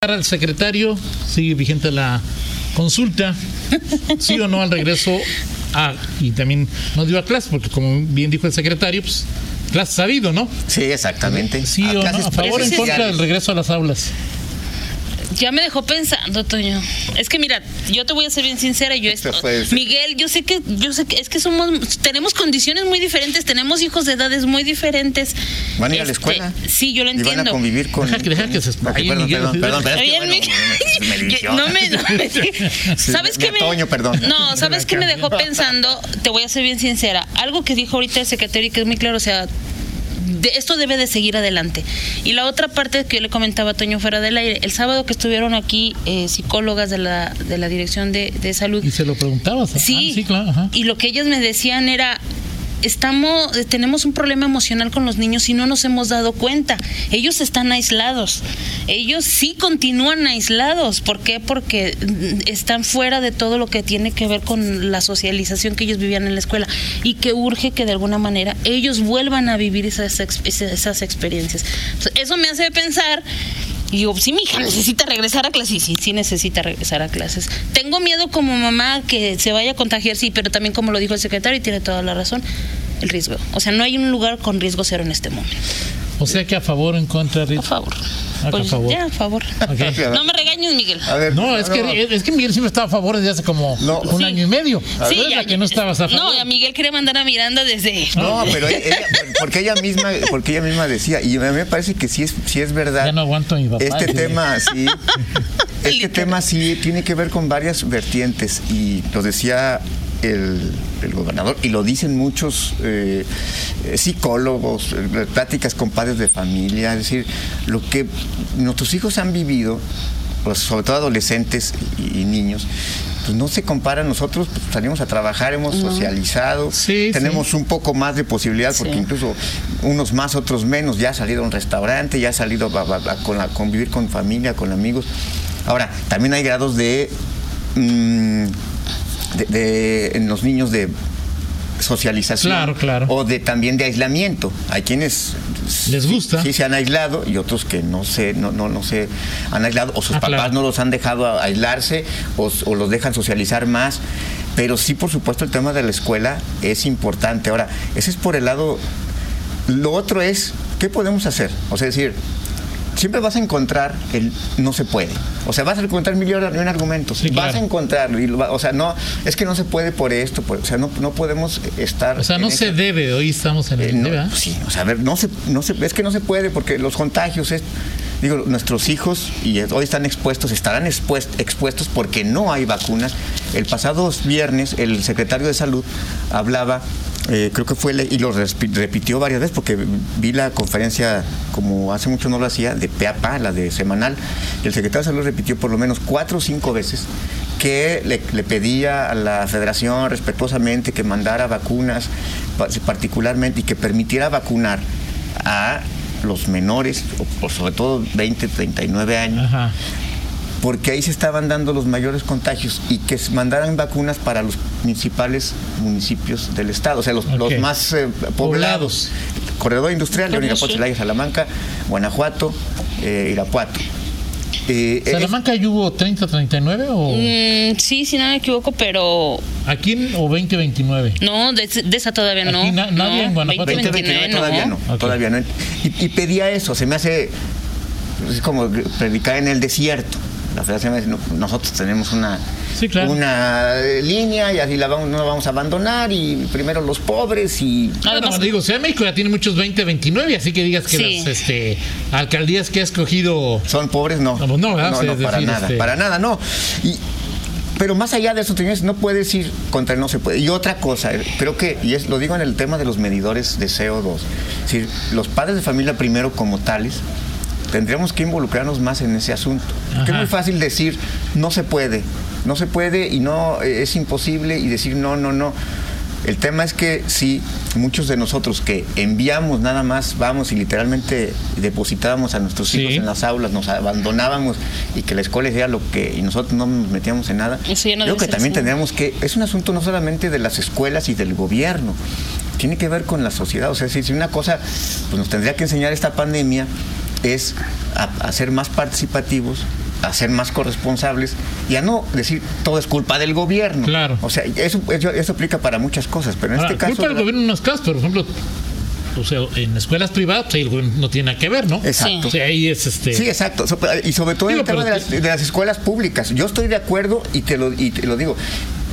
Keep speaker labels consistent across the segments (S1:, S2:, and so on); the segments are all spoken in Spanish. S1: al secretario, sigue vigente la consulta, sí o no al regreso a, y también no dio a clase, porque como bien dijo el secretario, pues clase sabido, ¿no?
S2: Sí, exactamente.
S1: Sí
S2: A
S1: o no,
S2: clases
S1: a favor o en contra del
S2: presenciales.
S1: regreso a las aulas.
S3: Ya me dejó pensando, Toño. Es que mira, yo te voy a ser bien sincera, yo
S2: Esto
S3: esto-
S2: Este fue-
S3: Miguel, yo sé que yo sé que es que somos tenemos condiciones muy diferentes, tenemos hijos de edades muy diferentes.
S2: Van a ir a la
S3: Este,
S2: escuela.
S3: Sí, yo lo
S2: Y van a
S3: entiendo.
S2: convivir con.
S1: Deja que- deja
S2: con-
S1: que se
S2: Ok,
S1: explaye,
S2: Perdón,
S1: Miguel.
S2: perdón, perdón. pero es que,
S3: Oye,
S2: bueno,
S3: mi-
S2: me eligió.
S3: no me, no me- ¿Sabes
S2: me
S3: qué me
S2: atoño, perdón.
S3: No, ¿sabes qué me dejó pensando? Te voy a ser bien sincera. Algo que dijo ahorita el secretario y que es muy claro, o sea, de- esto debe de seguir adelante. Y la otra parte que yo le comentaba a Toño fuera del aire, el sábado que estuvieron aquí eh, psicólogas de la, de la Dirección de, de Salud.
S1: Y se lo preguntabas. ah,
S3: Sí,
S1: sí, claro. ajá.
S3: Y lo que ellas me decían era estamos tenemos un problema emocional con los niños y no nos hemos dado cuenta. Ellos están aislados. Ellos sí continúan aislados, ¿por qué? Porque mm, están fuera de todo lo que tiene que ver con la socialización que ellos vivían en la escuela y que urge que de alguna manera ellos vuelvan a vivir esas ex- esas esas experiencias. Entonces, Eso me hace pensar y digo, sí, mi hija necesita regresar a clases. Sí, sí, sí necesita regresar a clases. Tengo miedo como mamá que se vaya a contagiar, sí, pero también como lo dijo el secretario y tiene toda la razón, el riesgo. O sea, no hay un lugar con riesgo cero en este momento.
S1: O sea que a favor o en contra, Rit.
S3: Por favor.
S1: Ah,
S3: Pues,
S1: a favor.
S3: Ya, a favor.
S1: Ok.
S3: No me regañes, Miguel.
S2: A ver,
S1: No, es que, es que Miguel siempre estaba a favor desde hace como
S2: No.
S1: un
S3: Sí.
S1: año y medio.
S3: Sí,
S1: Tú eres
S3: ya-
S1: la que no estabas a favor. Ah.
S3: No, a Miguel quería mandar a Miranda desde...
S2: No, pero ella- porque ella misma, porque ella misma decía, y a mí me parece que sí es, sí es verdad.
S1: Ya no aguanto a mi papá.
S2: Este
S1: Sí.
S2: tema sí, este
S3: Literal.
S2: tema sí tiene que ver con varias vertientes y lo decía el, el gobernador y lo dicen muchos eh, eh, psicólogos, eh, pláticas con padres de familia, es decir, lo que nuestros hijos han vivido, pues, sobre todo adolescentes y, y niños. Pues no se compara, nosotros pues, salimos a trabajar, hemos socializado,
S1: Sí,
S2: tenemos un poco más de posibilidad, porque
S3: Sí.
S2: incluso unos más, otros menos, ya ha salido a un restaurante, ya ha salido a, a- a- con la- convivir con familia, con amigos. Ahora, también hay grados de, mm, de- de- en los niños de socialización
S1: Claro, claro.
S2: o de también de aislamiento. Hay quienes
S1: Les gusta.
S2: sí, se han aislado y otros que no se, no, no, no se han aislado, o sus
S1: Ah,
S2: papás
S1: claro.
S2: no los han dejado a- aislarse o, o los dejan socializar más. Pero sí, por supuesto, el tema de la escuela es importante. Ahora, ese es por el lado. Lo otro es, ¿qué podemos hacer? O sea, es decir, siempre vas a encontrar el no se puede. O sea, vas a encontrar mil y un argumentos.
S1: Sí,
S2: vas
S1: claro.
S2: a encontrar, y lo va- o sea, no, es que no se puede por esto. por- o sea, no, no podemos estar.
S1: O sea, no
S2: en
S1: se
S2: esa-
S1: debe. Hoy estamos en el
S2: eh, no,
S1: debe, ¿ah?
S2: sí, o sea, a ver, no se, no se, es que no se puede porque los contagios es, digo, nuestros hijos y es- hoy están expuestos, estarán expues- expuestos porque no hay vacunas. El pasado viernes el secretario de salud hablaba, eh, creo que fue le- y lo respi- repitió varias veces porque vi la conferencia como hace mucho no lo hacía de PAPA, la de semanal. El secretario de salud repitió por lo menos cuatro o cinco veces que le, le pedía a la federación respetuosamente que mandara vacunas pa- particularmente y que permitiera vacunar a los menores, o, o sobre todo 20, 39 años,
S1: Ajá.
S2: porque ahí se estaban dando los mayores contagios y que se mandaran vacunas para los principales municipios del estado, o sea, los, los
S1: Ok.
S2: más eh,
S1: Poblados.
S2: poblados. Corredor Industrial, León
S3: Correcto.
S2: Irapuato, Celaya, Salamanca, Guanajuato, eh, Irapuato. Eh, es-
S1: ¿Salamanca y hubo 30, 39 o
S3: Mm, sí, si no me equivoco, pero...
S1: aquí en- o 20, 29?
S3: No, de, de esa todavía no.
S1: Aquí na- nadie
S3: No,
S1: en Guanajuato.
S3: 20,
S2: 2029 todavía no,
S1: Ok.
S2: todavía no. Y, y pedía eso, se me hace es como predicar en el desierto. La verdad se me hace, no, nosotros tenemos una
S1: Sí, claro.
S2: una eh, línea y así la vamos, no la vamos a abandonar y primero los pobres y
S1: Además,
S3: Además-
S1: digo, Ciudad de México ya tiene muchos 20, 29, así que digas que
S3: Sí.
S1: las este, alcaldías que ha escogido
S2: son pobres no.
S1: No, pues no, ¿verdad?
S2: no,
S1: Sí,
S2: no,
S1: es
S2: para
S1: decir,
S2: nada,
S1: este-
S2: para nada, no. Y, pero más allá de eso, señores, no puedes ir contra el no se puede. Y otra cosa, eh, creo que, y es, lo digo en el tema de los medidores de CO2, es decir, los padres de familia primero como tales, tendríamos que involucrarnos más en ese asunto. Porque es
S1: Ajá.
S2: muy fácil decir, no se puede, no se puede y no, eh, es imposible y decir, no, no, no. El tema es que sí, muchos de nosotros que enviamos nada más, vamos y literalmente depositábamos a nuestros
S1: Sí.
S2: hijos en las aulas, nos abandonábamos y que la escuela era lo que y nosotros no nos metíamos en nada.
S3: Eso ya no
S2: Creo
S3: debe
S2: que
S3: ser
S2: también
S3: así.
S2: tendríamos que es un asunto no solamente de las escuelas y del gobierno. Tiene que ver con la sociedad, o sea, si si una cosa pues nos tendría que enseñar esta pandemia es a, a ser más participativos a ser más corresponsables y a no decir todo es culpa del gobierno.
S1: Claro.
S2: O sea, eso, eso, eso aplica para muchas cosas, pero en
S1: Ahora,
S2: este caso.
S1: culpa del
S2: ¿verdad?
S1: gobierno en unos casos, pero, por ejemplo, o sea, en escuelas privadas, pues ahí el gobierno no tiene nada que ver, ¿no?
S2: Exacto.
S1: O sea, ahí es este.
S2: Sí, exacto. So- Y sobre todo en el
S1: Digo,
S2: tema de
S1: pero
S2: las, de las escuelas públicas. Yo estoy de acuerdo y te lo, y te lo digo.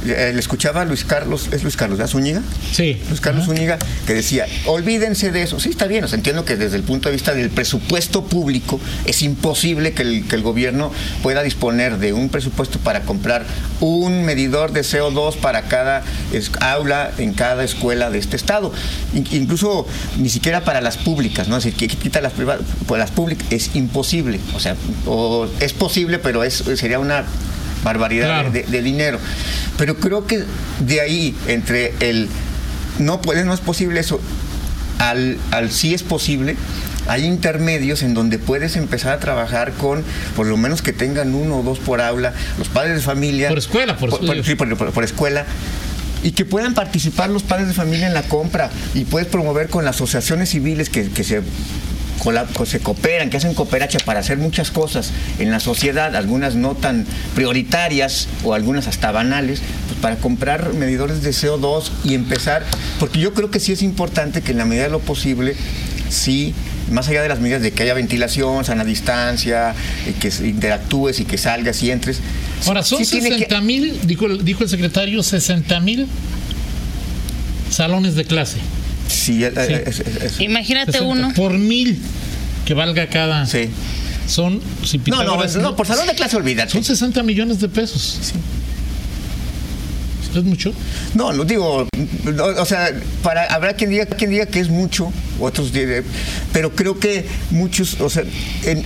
S2: Eh, Le escuchaba a Luis Carlos, es Luis Carlos, ¿verdad? Zúñiga?
S1: sí.
S2: Luis Pues Carlos Zúñiga, que decía, olvídense de eso. Sí, está bien, o sea, entiendo que desde el punto de vista del presupuesto público es imposible que el, que el gobierno pueda disponer de un presupuesto para comprar un medidor de CO2 para cada es- aula en cada escuela de este estado. In- incluso ni siquiera para las públicas, ¿no? Es decir, que quita las privadas, pues las públicas es imposible. O sea, o es posible, pero es, sería una barbaridad de-
S1: Claro.
S2: de- de dinero. Pero creo que de ahí, entre el no puede, no es posible eso, al, al sí es posible, hay intermedios en donde puedes empezar a trabajar con, por lo menos que tengan uno o dos por aula, los padres de familia.
S1: Por escuela, por-
S2: sí, por- por- por escuela. Y que puedan participar los padres de familia en la compra y puedes promover con las asociaciones civiles que, que se cola- que se cooperan, que hacen cooperacha para hacer muchas cosas en la sociedad, algunas no tan prioritarias o algunas hasta banales, pues para comprar medidores de CO2 y empezar, porque yo creo que sí es importante que en la medida de lo posible, sí, más allá de las medidas de que haya ventilación, sana distancia, y que se- interactúes y que salgas y entres.
S1: Ahora, son
S2: sí tiene que-
S1: 60 mil, dijo, el- dijo el secretario, 60 mil salones de clase.
S2: Sí, eh, eh, es- es- es-
S3: Imagínate
S1: 60
S3: uno.
S1: Por mil que valga cada.
S2: sí.
S1: Son, si
S2: No, no,
S1: Pitágoras-
S2: no, por salón de clase olvídate.
S1: Son 60 millones de pesos. ¿Es mucho?
S2: No, no digo, no, o sea, para, habrá quien diga, quien diga que es mucho, otros dirán, pero creo que muchos, o sea, en-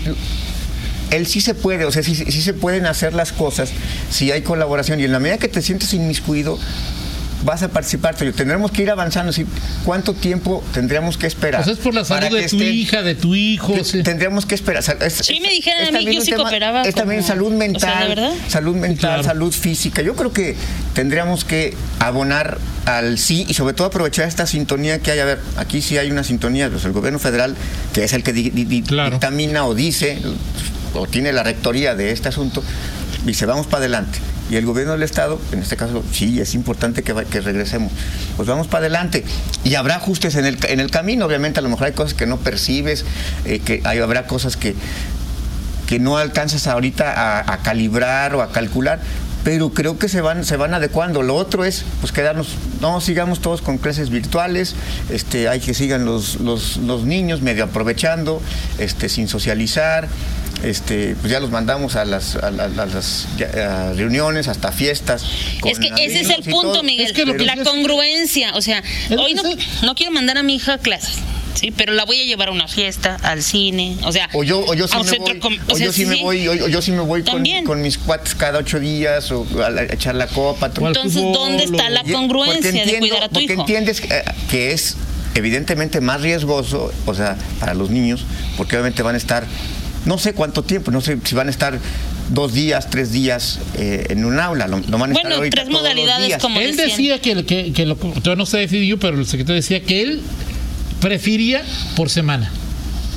S2: él sí se puede, o sea, sí, sí se pueden hacer las cosas si hay colaboración y en la medida que te sientes inmiscuido vas a participar, pero tendremos que ir avanzando, es decir, ¿cuánto tiempo tendríamos que esperar?
S1: O sea, Pues es por la
S2: para
S1: salud
S2: que
S1: de tu
S2: esté-
S1: hija, de tu hijo.
S2: te-
S1: sí.
S2: Tendríamos que esperar. O sea, es-
S3: Sí,
S2: es-
S3: me dijeron
S2: es
S3: a mí,
S2: también
S3: yo
S2: un
S3: sí
S2: tema-
S3: cooperaba
S2: Es también
S3: como-
S2: salud
S3: o sea, ¿de
S2: mental,
S3: verdad?
S2: salud mental,
S1: claro.
S2: salud física. Yo creo que tendríamos que abonar al sí y sobre todo aprovechar esta sintonía que hay. A ver, aquí sí hay una sintonía, pues el gobierno federal, que es el que di- di- di-
S1: Claro.
S2: dictamina o dice o tiene la rectoría de este asunto, dice vamos para adelante. Y el gobierno del Estado, en este caso, sí, es importante que, va- que regresemos. Pues vamos para adelante. Y habrá ajustes en el, ca- en el camino, obviamente, a lo mejor hay cosas que no percibes, eh, que hay, habrá cosas que, que no alcanzas ahorita a, a calibrar o a calcular, pero creo que se van, se van adecuando. Lo otro es, pues quedarnos, no sigamos todos con clases virtuales, este, hay que sigan los, los, los niños medio aprovechando, este, sin socializar. Este, pues ya los mandamos a las, a, la- a las ya- a reuniones, hasta fiestas. con
S3: Es que ese es
S2: amigos
S3: el
S2: y
S3: punto,
S2: todo.
S3: Miguel.
S1: Es que lo que
S3: la
S1: yo-
S3: congruencia. O sea,
S1: lo
S3: hoy
S1: que
S3: no,
S1: sé.
S3: no quiero mandar a mi hija a clases. Sí, pero la voy a llevar a una fiesta, al cine, o sea,
S2: O yo, o yo sí
S3: a un
S2: me
S3: centro
S2: voy,
S3: com- o
S2: o
S3: sea,
S2: yo sí me
S3: sí.
S2: voy, o- o yo sí me voy con,
S3: También.
S2: con mis cuates cada ocho días o a, la- a echar la copa.
S1: O al
S3: Entonces,
S1: fútbol,
S3: ¿dónde está
S1: o-
S3: la
S2: Porque
S3: congruencia de
S2: entiendo-
S3: cuidar a tu
S2: porque
S3: hijo?
S2: entiendes eh, que es evidentemente más riesgoso, o sea, para los niños, porque obviamente van a estar, no sé cuánto tiempo, no sé si van a estar dos días, tres días eh, en un aula, lo, lo van a estar
S3: Bueno,
S2: ahorita
S3: tres
S2: todos los
S3: modalidades
S2: días.
S3: como
S1: Él
S3: decían.
S1: decía que, que, que lo, todavía no se decidió, pero el secretario decía que él prefería por semana.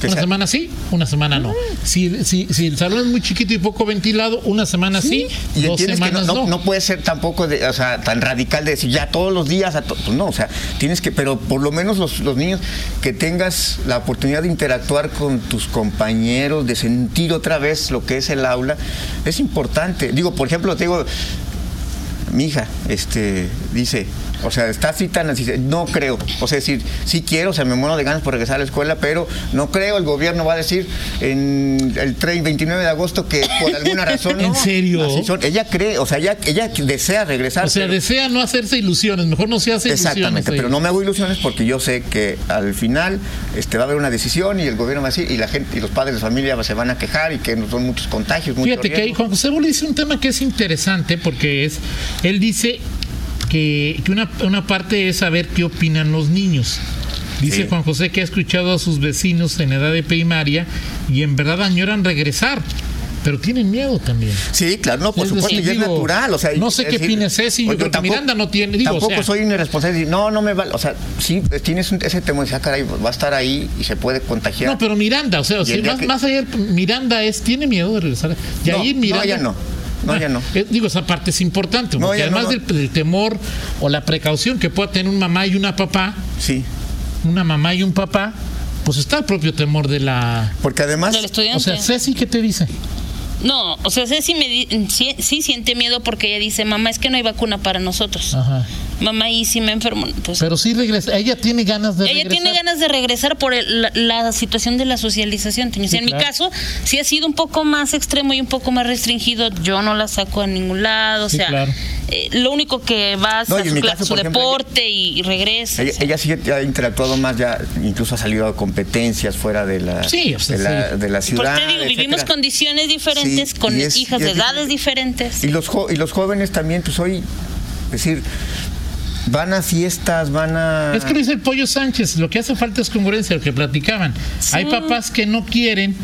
S2: Que
S1: Una
S2: sea- Ah.
S1: semana sí, una semana no. Si, si, si el salón es muy chiquito y poco ventilado, una semana sí,
S2: Y
S1: dos
S2: entiendes que no,
S1: semanas no.
S2: no- no puede ser tampoco de- o sea, tan radical de decir ya todos los días, a to- pues no, o sea, tienes que, pero por lo menos los, los niños que tengas la oportunidad de interactuar con tus compañeros, de sentir otra vez lo que es el aula, es importante. Digo, por ejemplo, te digo, mi hija, este, dice, o sea, está así tan así, dice, no creo. O sea, decir, sí quiero, o sea, me muero de ganas por regresar a la escuela, pero no creo, el gobierno va a decir en el 3 29 de agosto que por alguna razón no.
S1: ¿En serio?
S2: Así son. Ella cree, o sea, ella, ella desea regresar.
S1: O sea,
S2: pero-
S1: desea no hacerse ilusiones, mejor no se hace ilusiones.
S2: Exactamente,
S1: ahí.
S2: pero no me hago ilusiones porque yo sé que al final este, va a haber una decisión y el gobierno va a decir, y la gente, y los padres de familia se van a quejar y que son muchos contagios, mucho ¿eh?
S1: Fíjate que ahí
S2: riesgo.
S1: Juan José Bolo dice un tema que es interesante porque es, él dice que, que una, una parte es saber qué opinan los niños. Dice
S2: Sí.
S1: Juan José que ha escuchado a sus vecinos en edad de primaria y en verdad añoran regresar. pero tienen miedo también.
S2: Sí, claro, no, por
S1: Es
S2: supuesto,
S1: decir,
S2: y es
S1: digo,
S2: natural. O sea,
S1: no sé
S2: es
S1: qué opine Ceci, yo
S2: oye,
S1: creo que Miranda no tiene, digo, o
S2: tampoco
S1: sea.
S2: soy un irresponsable. decir, No, no me vale. O sea, sí, tienes un- ese temor de decir, ah, caray, va a estar ahí y se puede contagiar.
S1: No, pero Miranda, o sea,
S2: Y el
S1: sí,
S2: día
S1: más,
S2: que-
S1: más allá, Miranda es, tiene miedo de regresar. Y
S2: No,
S1: ahí
S2: no,
S1: Miranda.
S2: ya no. No, ya no.
S1: Eh, digo, esa parte es importante,
S2: No,
S1: porque
S2: ya no,
S1: además
S2: no.
S1: Del, del temor o la precaución que pueda tener un mamá y una papá,
S2: Sí.
S1: una mamá y un papá, pues está el propio temor de la.
S2: Porque además.
S3: Del estudiante.
S1: O sea, Ceci, ¿qué te dice?
S3: No, o sea, Ceci me di- sí, sí siente miedo porque ella dice, mamá, es que no hay vacuna para nosotros.
S1: Ajá.
S3: Mamá, y si me enfermo. Pues,
S1: Pero sí regresa. Ella tiene ganas de
S3: ella
S1: regresar.
S3: tiene ganas de regresar por el- la, la situación de la socialización. Toño. O sea,
S1: Sí,
S3: en mi
S1: claro.
S3: caso, sí ha sido un poco más extremo y un poco más restringido. Yo no la saco a ningún lado. O
S1: Sí,
S3: sea,
S1: claro.
S3: eh, lo único que va es
S2: No, y
S3: a
S2: en
S3: su,
S2: mi
S3: cla-
S2: caso,
S3: su
S2: por ejemplo,
S3: deporte y, y regresa.
S2: Ella,
S3: o sea.
S2: ella sí ha interactuado más, ya incluso ha salido a competencias fuera de la,
S1: Sí, o sea,
S2: de la,
S1: sí. Pues
S2: de la
S3: Porque
S2: ciudad.
S3: te digo, vivimos
S2: etcétera.
S3: condiciones diferentes,
S2: Sí,
S3: con
S2: y es-
S3: hijas
S2: y
S3: de
S2: es
S3: edades
S2: diferente.
S3: diferentes.
S2: Y los, jo- y los jóvenes también, pues hoy, es decir, van a fiestas, van a...
S1: Es que lo dice el Pollo Sánchez, lo que hace falta es congruencia, lo que platicaban.
S3: Sí.
S1: Hay papás que no quieren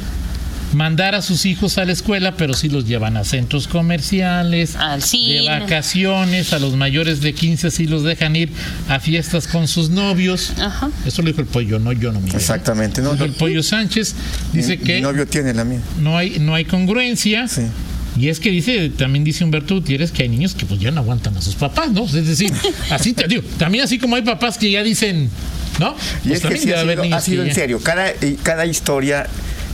S1: mandar a sus hijos a la escuela, pero sí los llevan a centros comerciales,
S3: Al cine.
S1: de vacaciones, a los mayores de 15 sí los dejan ir a fiestas con sus novios.
S3: Ajá.
S1: Eso lo dijo el Pollo, no yo no me
S2: Exactamente, ¿no?
S1: El Pollo Sánchez dice
S2: Mi-
S1: que
S2: Mi novio tiene la mía.
S1: no hay no hay congruencia.
S2: Sí.
S1: Y es que dice, también dice Humberto Gutiérrez que hay niños que pues ya no aguantan a sus papás, ¿no? Es decir, así te digo, también así como hay papás que ya dicen, ¿no?
S2: Y
S1: Pues
S2: es que
S1: también
S2: sí
S1: debe
S2: ha
S1: haber
S2: sido,
S1: niños
S2: ha sido
S1: que
S2: en
S1: ya-
S2: serio. Cada, y cada historia,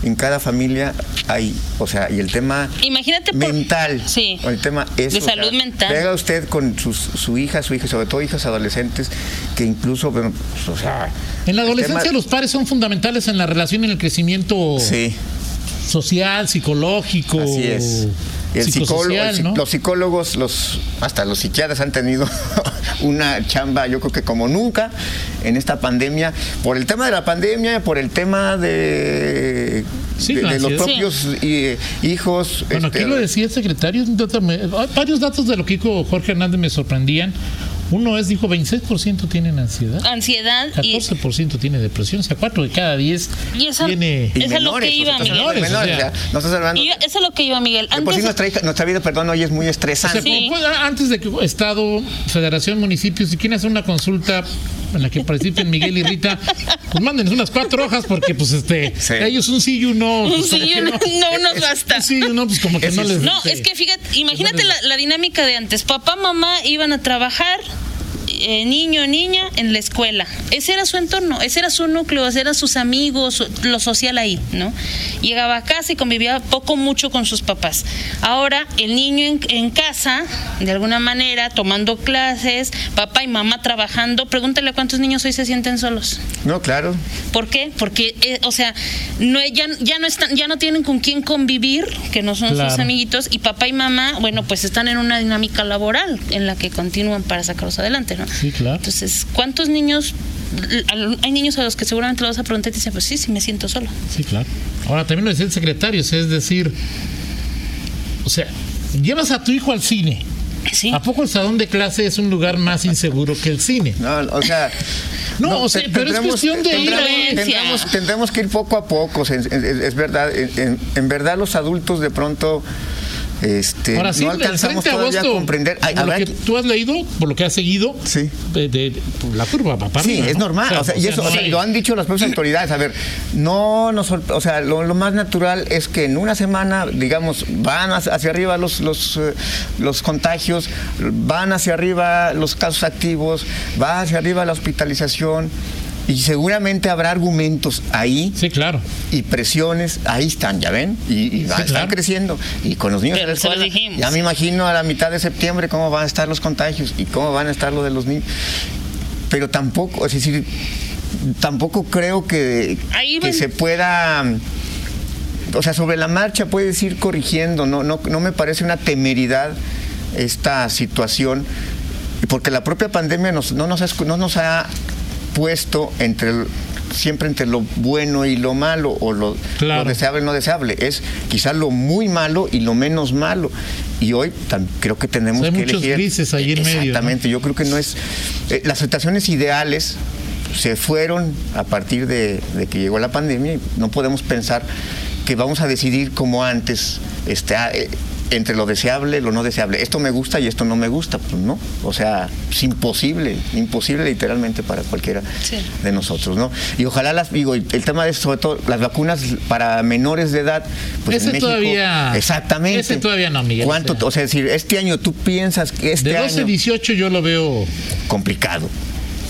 S2: en cada familia hay, o sea, y el tema
S3: Imagínate por-
S2: mental.
S3: Sí.
S2: o El tema es,
S3: De
S2: o sea,
S3: salud mental.
S2: Pega usted con sus, su hija, su hija, sobre todo hijas adolescentes, que incluso, bueno, pues, o sea...
S1: En la
S2: el
S1: adolescencia
S2: tema-
S1: los padres son fundamentales en la relación y en el crecimiento
S2: Sí.
S1: social, psicológico.
S2: Así es. Y el psicólogo,
S1: psicosocial,
S2: el psi-
S1: ¿no?
S2: los psicólogos, los hasta los psiquiatras han tenido una chamba, yo creo que como nunca en esta pandemia, por el tema de la pandemia, por el tema de,
S1: Sí,
S2: de,
S1: la
S2: de los
S1: ansiedad.
S2: propios eh, hijos.
S1: Bueno,
S2: este,
S1: aquí lo decía el secretario, es un dato me- ah, varios datos de lo que dijo Jorge Hernández me sorprendían. Uno es, dijo, 26% tienen ansiedad.
S3: Ansiedad y,
S1: 14% tiene depresión, o sea, 4 de cada 10
S3: Y esa-
S1: tiene...
S2: y
S3: es a lo
S2: menores,
S3: que
S2: o sea,
S3: iba,
S2: estás
S1: Miguel.
S2: hablando de menores,
S1: Menores, o
S2: ya, no estás hablando.
S3: y yo- eso es lo que iba, Miguel.
S2: de por sí
S3: Antes,
S2: nuestra, hija- nuestra vida, perdón, hoy es muy
S3: Ah,
S2: estresante.
S1: Se propone- antes de que Estado, Federación, municipios, si quieren hacer una consulta en la que participen Miguel y Rita, pues mándenos unas cuatro hojas porque pues este,
S2: Sí.
S1: ellos un sí y uno,
S3: un
S1: pues, como
S3: sí,
S1: que
S3: no,
S1: no,
S3: no nos basta.
S1: un sí y uno, pues como que
S2: Ese
S1: no
S2: es-
S1: les
S3: No,
S1: dice.
S3: es que fíjate, imagínate la, la dinámica de antes. Papá, mamá iban a trabajar, eh, niño, niña, en la escuela. Ese era su entorno, ese era su núcleo, ese eran sus amigos, su- lo social ahí, ¿no? Llegaba a casa y convivía poco mucho con sus papás. Ahora el niño en, en casa, de alguna manera, tomando clases, papá y mamá trabajando. Pregúntale cuántos niños hoy se sienten solos.
S2: No, claro.
S3: ¿Por qué? Porque, eh, o sea, no, ya, ya, no están, ya no tienen con quién convivir, que no son sus
S1: Claro.
S3: amiguitos, y papá y mamá, bueno, pues están en una dinámica laboral en la que continúan para sacarlos adelante, ¿no?
S1: Sí, claro.
S3: Entonces, ¿cuántos niños? l- al- Hay niños a los que seguramente lo vas a preguntar y te dicen, pues sí, sí, me siento solo.
S1: Sí, claro. Ahora también lo decía el secretario, o sea, es decir, o sea, llevas a tu hijo al cine.
S3: Sí.
S1: ¿A poco el salón de clase es un lugar más inseguro que el cine?
S2: No, o sea.
S1: No, o sea,
S2: te-
S1: pero es cuestión de ir
S2: tendremos,
S3: a-
S2: tendremos- tendremos que ir poco a poco. se- Es, es- es verdad. En, en- en verdad, los adultos de pronto. Este,
S1: Ahora sí,
S2: no
S1: el
S2: alcanzamos
S1: 30 de
S2: todavía
S1: agosto,
S2: a comprender.
S1: por
S2: Ay,
S1: lo
S2: habrá
S1: que
S2: que-
S1: tú has leído, por lo que has seguido,
S2: Sí.
S1: de, de- de- por la curva va para
S2: Sí,
S1: arriba,
S2: es
S1: ¿no?
S2: normal. O sea, y eso
S1: no
S2: o sea,
S1: hay-
S2: lo han dicho las propias autoridades. A ver, no nos. sor- O sea, lo, lo más natural es que en una semana, digamos, van hacia hacia arriba los, los, eh, los contagios, van hacia arriba los casos activos, va hacia arriba la hospitalización. Y seguramente habrá argumentos ahí
S1: Sí, claro.
S2: y presiones, ahí están, ya ven, y, y va-
S1: Sí,
S2: están
S1: claro.
S2: creciendo. Y con los niños
S3: Pero
S2: en la
S3: se lo
S2: escuela,
S3: dijimos.
S2: ya me imagino a la mitad de septiembre cómo van a estar los contagios y cómo van a estar lo de los niños. Pero tampoco, es decir, tampoco creo que,
S3: Ahí
S2: que
S3: ven.
S2: se pueda... O sea, sobre la marcha puedes ir corrigiendo, no, no, no me parece una temeridad esta situación, porque la propia pandemia nos- no, nos ha, escu- no nos ha puesto entre el- siempre entre lo bueno y lo malo, o lo,
S1: Claro.
S2: lo deseable y no deseable, es quizás lo muy malo y lo menos malo. Y hoy tam- creo que tenemos
S1: O sea, hay
S2: que
S1: muchos
S2: elegir.
S1: grises ahí en medio, ¿no?
S2: Exactamente, yo creo que no es. eh, las situaciones ideales se fueron a partir de, de que llegó la pandemia y no podemos pensar que vamos a decidir como antes, este, ah, eh, entre lo deseable y lo no deseable. Esto me gusta y esto no me gusta, pues no. O sea, es imposible, imposible literalmente para cualquiera
S3: Sí.
S2: de nosotros, ¿no? Y ojalá las, digo, el el tema es sobre todo las vacunas para menores de edad, pues
S1: Ese
S2: en México-
S1: todavía-
S2: Exactamente.
S1: ese todavía no, Miguel,
S2: ¿Cuánto?
S1: o sea.
S2: O sea, decir, este año tú piensas que este
S1: De 12 a
S2: año
S1: 18 yo lo veo.
S2: complicado.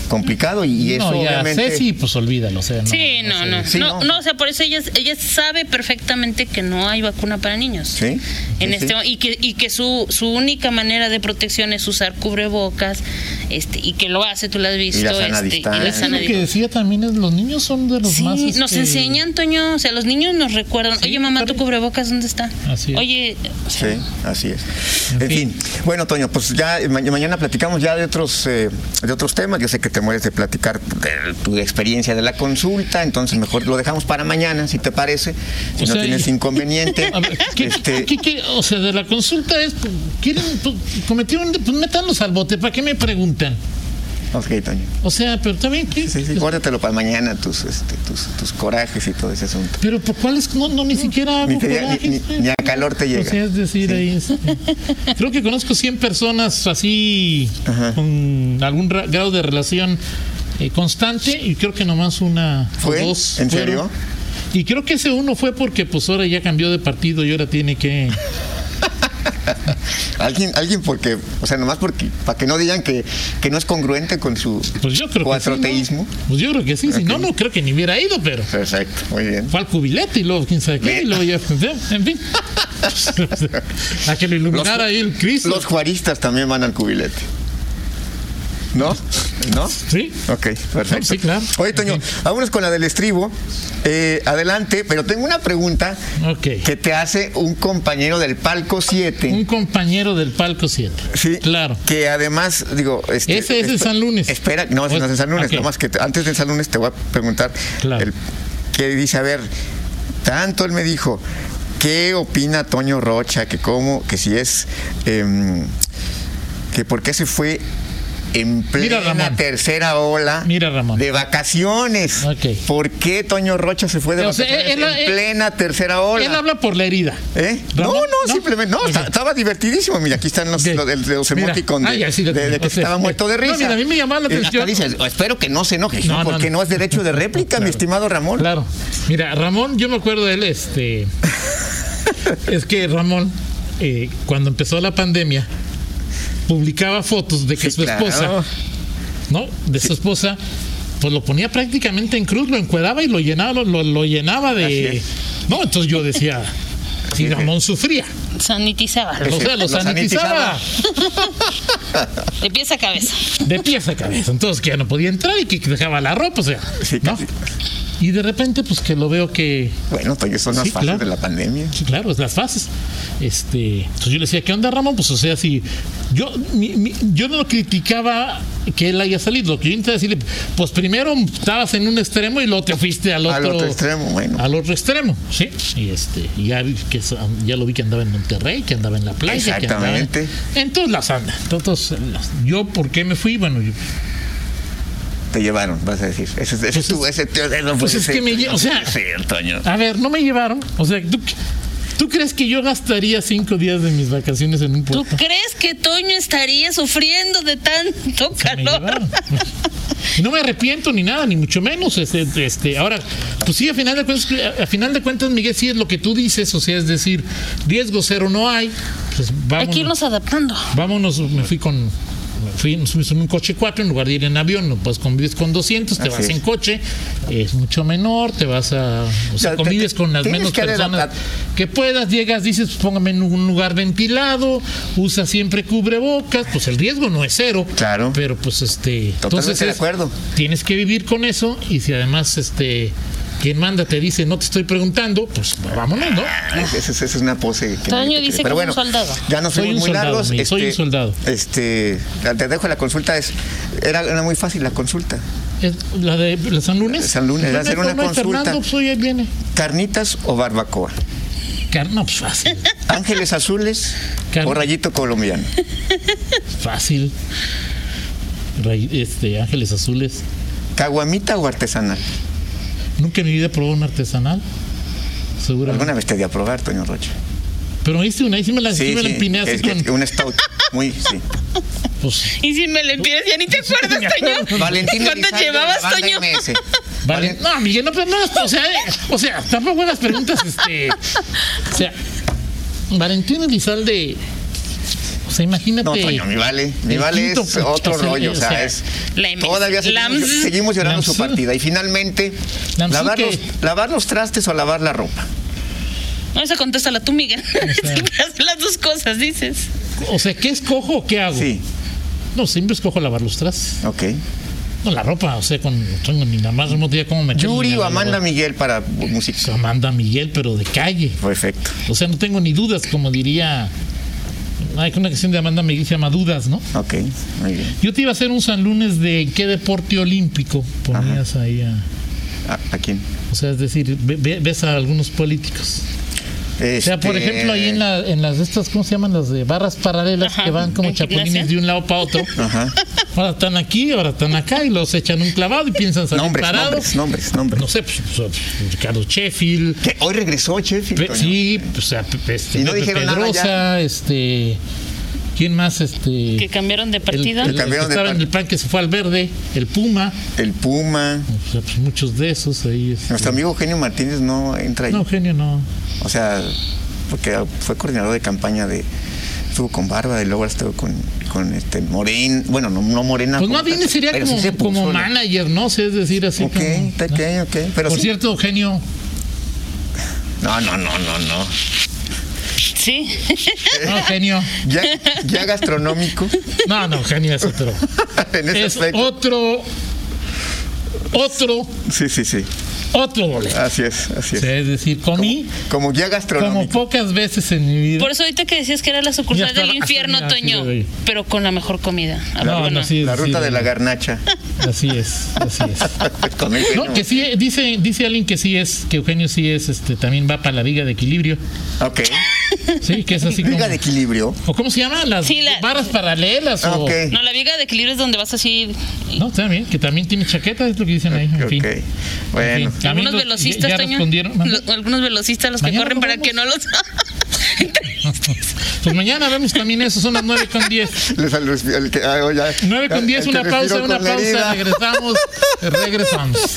S2: Complicado y, y eso
S1: no, ya
S2: obviamente
S1: Ceci, pues olvídalo. O sea, no,
S3: Sí, no, no.
S2: Sí,
S3: no,
S2: no.
S3: no, o sea, por eso ella, ella sabe perfectamente que no hay vacuna para niños.
S2: Sí, sí,
S3: En
S2: sí.
S3: este mo- y que y que su, su única manera de protección es usar cubrebocas, este y que lo hace, tú lo has visto,
S2: sana
S3: este, y la
S2: distancia.
S1: Es
S3: sana
S1: lo que
S3: distancia.
S1: decía también es los niños son de los
S3: Sí,
S1: más.
S3: nos
S1: este,
S3: enseñan, Toño, o sea, los niños nos recuerdan,
S1: Sí,
S3: oye mamá, tu
S1: claro.
S3: cubrebocas, ¿dónde está?
S1: Así es.
S3: Oye, o sea,
S2: Sí, así es.
S1: En
S2: En, fin. bueno, Toño, pues ya ma- mañana platicamos ya de otros eh, de otros temas. Yo sé que te mueres de platicar de tu experiencia de la consulta, entonces mejor lo dejamos para mañana, si te parece, si
S1: O
S2: no
S1: sea,
S2: tienes
S1: y-
S2: inconveniente.
S1: A ver, ¿qué-
S2: Este,
S1: qué- qué- o sea, de la consulta es. ¿Quieren? pues, Cometieron. Pues métanlos al bote. ¿Para qué me preguntan?
S2: Ok, Toño.
S1: O sea, pero también. ¿qué?
S2: Sí, sí, guárdatelo para mañana tus, este, tus, tus corajes y todo ese asunto.
S1: Pero ¿por cuáles? No, no, ni siquiera hago
S2: Mm. Ni, te llega- ni-
S1: corajes,
S2: ni-
S1: pues.
S2: ni a calor te
S1: O
S2: llega.
S1: sea, es decir, ahí es- creo que conozco 100 personas así
S2: Ajá.
S1: con algún ra- grado de relación eh, constante y creo que nomás una
S2: ¿Fue?
S1: o dos.
S2: ¿En
S1: fueron.
S2: serio?
S1: Y creo que ese uno fue porque pues ahora ya cambió de partido y ahora tiene que
S2: Alguien, alguien porque, o sea, nomás porque, para que no digan que, que no es congruente con su
S1: pues yo creo que sí, ¿no?
S2: cuatroteísmo.
S1: Pues yo creo que sí, si no no creo que ni hubiera ido, pero
S2: Perfecto, muy bien.
S1: fue al cubilete y luego quién sabe qué y luego ya en fin. A que lo iluminara ahí el Cristo.
S2: Los juaristas también van al cubilete. ¿No? ¿No?
S1: Sí.
S2: Ok, perfecto.
S1: Sí, claro.
S2: Oye, Toño,
S1: Ok.
S2: vámonos con la del estribo. Eh, adelante, pero tengo una pregunta
S1: Ok.
S2: que te hace un compañero del palco 7.
S1: Un compañero del palco 7.
S2: Sí,
S1: Claro.
S2: Que además, digo. este,
S1: Ese es el
S2: espe-
S1: San Lunes.
S2: Espera, no, ese no es el San Lunes.
S1: Ok.
S2: Nomás que te- antes del San Lunes te voy a preguntar.
S1: Claro.
S2: el- que dice, a ver, tanto él me dijo, ¿qué opina Toño Rocha? Que cómo, que si es. em, que por qué se fue en plena
S1: Ramón.
S2: tercera ola
S1: Mira, Ramón.
S2: de vacaciones.
S1: Ok.
S2: ¿Por qué Toño Rocha se fue de
S1: O sea,
S2: vacaciones
S1: él- él-
S2: en plena tercera ola?
S1: Él habla por la herida.
S2: ¿Eh? No,
S1: ¿Ramón?
S2: no, simplemente. No,
S1: Ok.
S2: está- estaba divertidísimo. Mira, aquí están los,
S1: Ok.
S2: los, el- los
S1: Mira.
S2: emoticons
S1: Ah,
S2: de,
S1: ya, sí lo
S2: de- de
S1: tengo.
S2: que
S1: O sea,
S2: estaba muerto de
S1: no,
S2: risa.
S1: mira, a mí me llamaba la
S2: Eh, hasta
S1: atención.
S2: dices, espero que no se enoje,
S1: No, no,
S2: porque
S1: no.
S2: no, es derecho de réplica, mi
S1: Claro.
S2: estimado Ramón.
S1: Claro. Mira, Ramón, yo me acuerdo de él, este. es que Ramón, eh, cuando empezó la pandemia, publicaba fotos de que
S2: Sí,
S1: su esposa,
S2: claro.
S1: ¿no? De su esposa, pues lo ponía prácticamente en cruz, lo encueraba y lo llenaba, lo, lo- lo llenaba
S2: Así
S1: de.
S2: es.
S1: No, entonces yo decía, si Ramón sufría.
S3: sanitizaba
S1: O sea, lo
S2: Pues Lo
S1: sanitizaba
S2: sanitizaba.
S3: de pies a cabeza.
S1: de pies a cabeza. Entonces que ya no podía entrar y que dejaba la ropa, o sea.
S2: Sí,
S1: ¿no?
S2: casi.
S1: Y de repente, pues que lo veo que
S2: Bueno, pues, Toño, son las
S1: Sí,
S2: fases
S1: claro.
S2: de la pandemia.
S1: Sí, claro, es las fases. Este, entonces yo le decía, ¿qué onda, Ramón? Pues, o sea, si yo, mi- mi- yo no lo criticaba que él haya salido. Lo que yo intenté decirle, pues primero estabas en un extremo y luego te fuiste al otro, Ah.
S2: Al otro extremo, bueno.
S1: Al otro extremo, sí. Y este, y ya, vi que, sa- ya lo vi que andaba en Monterrey, que andaba en la playa. Que
S2: Exactamente.
S1: andaba en, en todas las andas. Entonces, las- yo, ¿por qué me fui? Bueno, yo-
S2: Te llevaron, vas a decir. Ese, ese es tu, ese, tío, no
S1: pues
S2: puede
S1: es
S2: ser,
S1: que me lle-
S2: no
S1: o sea- Ah.
S2: puede ser, Toño.
S1: a ver, no me llevaron. O sea, ¿tú, tú crees que yo gastaría cinco días de mis vacaciones en un
S3: ¿Tú
S1: puerto?
S3: crees que Toño estaría sufriendo de tanto
S1: me
S3: calor?
S1: llevaron. Y no me arrepiento ni nada, ni mucho menos. Este, este, ahora, pues sí, a final de cuentas, a, a final de cuentas, Miguel, sí es lo que tú dices, o sea, es decir, riesgo cero no hay. Pues
S3: Hay que
S1: vámonos,
S3: irnos adaptando.
S1: vámonos, me fui con me fui nos fuimos en un coche 4 en lugar de ir en avión, no, pues convives con 200, te
S2: Así
S1: vas
S2: es.
S1: en coche, es mucho menor, te vas a o sea,
S2: sea, te-
S1: convives
S2: te-
S1: con las
S2: tienes
S1: menos
S2: que
S1: personas
S2: adaptar-
S1: que puedas, llegas, dices, pues, póngame en un lugar ventilado, usa siempre cubrebocas, pues el riesgo no es cero.
S2: Claro.
S1: Pero pues este. entonces
S2: de
S1: es-
S2: acuerdo.
S1: Tienes que vivir con eso y si además este quien manda te dice no te estoy preguntando, pues vámonos, ¿no?
S2: Ay, Esa es, esa es una pose que
S3: Toño
S2: nadie te
S3: dice
S2: cree.
S3: que es
S2: Pero
S3: un
S2: bueno,
S3: soldado.
S2: Ya no
S1: Soy
S2: soy
S1: un
S2: muy
S1: soldado,
S2: largos.
S1: mi- soy un soldado.
S2: Este, te dejo la consulta. Es, era, era muy fácil la consulta.
S1: Es la de la San Lunes.
S2: San Lunes,
S1: Pues,
S2: va a ser
S1: no,
S2: una
S1: no hay
S2: consulta.
S1: Fernando, pues, hoy ahí viene.
S2: ¿Carnitas o barbacoa?
S1: Car- No, pues fácil,
S2: ¿Ángeles azules
S1: Carne.
S2: o rayito colombiano?
S1: fácil. Ray- este, Ángeles Azules.
S2: ¿Caguamita o artesanal?
S1: Nunca en mi vida probé un artesanal. seguramente.
S2: Alguna vez te di a probar, Toño Rocha.
S1: Pero me diste una, ahí sí me la, sí, me la empiné así
S2: es que-
S1: con.
S2: un stout. Muy, sí.
S1: pues,
S3: Y si me le empiezas, ya ni te acuerdas, Toño.
S2: Valentín
S3: ¿Cuánto
S2: Elizalde,
S3: llevabas,
S2: banda
S3: Toño?
S2: MS.
S1: vale. No, Miguel, no, pero no, o sea, eh, o sea, tampoco las preguntas, este. O sea, Valentín Elizalde. O sea, imagínate.
S2: No, Toño, mi vale. Mi
S1: El
S2: vale
S1: quinto
S2: es
S1: puesto,
S2: otro
S1: o sea,
S2: rollo. O
S1: o
S2: sea,
S1: sea,
S2: es.
S3: la MS.
S2: Todavía seguimos,
S3: Lams.
S2: seguimos llorando su
S1: Lamsu.
S2: partida. Y finalmente,
S1: Lamsu
S2: lavar
S1: que-
S2: los, lavar los trastes o lavar la ropa.
S3: No, esa contéstala tú, Miguel. Siempre haces las dos cosas, dices.
S1: O sea, ¿qué escojo o qué hago?
S2: Sí,
S1: No, siempre escojo lavar los trastes.
S2: ok.
S1: No, la ropa, o sea, con, tengo ni la más remota idea cómo me quedo
S2: Yuri
S1: ni
S2: o
S1: la
S2: Amanda
S1: lavadora.
S2: Miguel para música.
S1: O sea, Amanda Miguel, pero de calle.
S2: Perfecto.
S1: O sea, no tengo ni dudas, como diría. Hay una canción de Amanda Miguel que se llama Dudas, ¿no?
S2: Ok, muy bien.
S1: Yo te iba a hacer un San Lunes de qué deporte olímpico ponías ahí a.
S2: ¿A, a quién?
S1: O sea, es decir, ve- ve- ves a algunos políticos. O sea, por
S2: Este,
S1: ejemplo, ahí en, la, en las de estas, ¿cómo se llaman? Las de barras paralelas
S3: Ajá.
S1: que van como
S3: ¿En gimnasia?
S1: chapulines de un lado para otro.
S2: Ajá.
S1: Ahora están aquí, ahora están acá y los echan un clavado y piensan salir
S2: Nombres,
S1: parados.
S2: nombres, nombres, nombres.
S1: No sé, pues, pues, Ricardo Sheffield.
S2: Que hoy regresó, chef.
S1: Pe-
S2: Toño.
S1: sí, o sea, pe- pe- este,
S2: Y no
S1: Pepe
S2: dijeron nada
S1: Pedrosa,
S2: ya.
S1: este, ¿quién más? Este,
S3: Que cambiaron de
S1: el,
S3: partido.
S1: el- el que
S2: Cambiaron de
S1: estaba en
S2: par-
S1: el pan que se fue al verde, el Puma,
S2: El Puma.
S1: o sea, pues, muchos de esos ahí. este.
S2: Nuestro amigo Eugenio Martínez no entra ahí.
S1: No, genio, no.
S2: O sea, porque fue coordinador de campaña de. Estuvo con Barba, y luego estuvo con, con este Morena. Bueno, no, no Morena.
S1: Pues más
S2: como
S1: bien
S2: tal,
S1: sería
S2: Ah, pero
S1: como,
S2: sí se puso,
S1: como
S2: ¿no?
S1: manager, ¿no? O sea, es decir, así
S2: Ok,
S1: como-
S2: está ok, ok. Pero
S1: Por
S2: sí.
S1: cierto, genio,
S2: No, no, no, no, no.
S3: Sí.
S1: no, genio.
S2: Ya, ya gastronómico.
S1: No, no, genio es otro.
S2: en ese
S1: Es
S2: aspecto.
S1: otro, otro,
S2: Sí, sí, sí.
S1: otro boleto.
S2: Así es, así
S1: O
S2: es.
S1: sea, es decir, comí
S2: Como ya
S1: como
S2: gastronómico.
S1: pocas veces en mi vida.
S3: Por eso ahorita que decías que era la
S1: Ya
S3: sucursal
S1: estaba-
S3: del infierno,
S1: así, así
S3: Toño.
S1: le doy.
S3: Pero con la mejor comida. ¿A
S1: No,
S3: poco
S1: no, sí,
S2: La
S1: sí,
S2: ruta de la
S1: sí.
S2: garnacha.
S1: Así es, así es.
S2: Con el
S1: No,
S2: genio.
S1: que sí, eh, dice, dice alguien que sí es, que Eugenio sí es, este, también va para la viga de equilibrio.
S2: Ok.
S1: Sí, que es así como.
S2: Liga de equilibrio. Ah,
S1: ¿O cómo se llama? Las
S3: Sí, la-
S1: barras paralelas. o-
S2: Ok.
S3: No, la viga de equilibrio es donde vas así.
S1: No, también, que también tiene chaqueta, es lo que dicen ahí. En fin.
S2: Ok. Bueno.
S1: En fin, también
S3: Algunos
S1: los-
S3: velocistas,
S1: ya, ya
S3: Toño.
S1: respondieron. ¿Mande?
S3: lo- algunos velocistas, los que
S1: Mañana
S3: corren
S1: nos
S3: para
S1: vamos.
S3: que no los.
S1: Pues mañana vemos también eso, son las 9 con 10.
S2: Les al- el que- ah, ya-
S1: 9 con
S2: el
S1: 10,
S2: que
S1: una
S2: respiró
S1: pausa,
S2: con
S1: una
S2: la
S1: pausa,
S2: herida.
S1: regresamos, regresamos.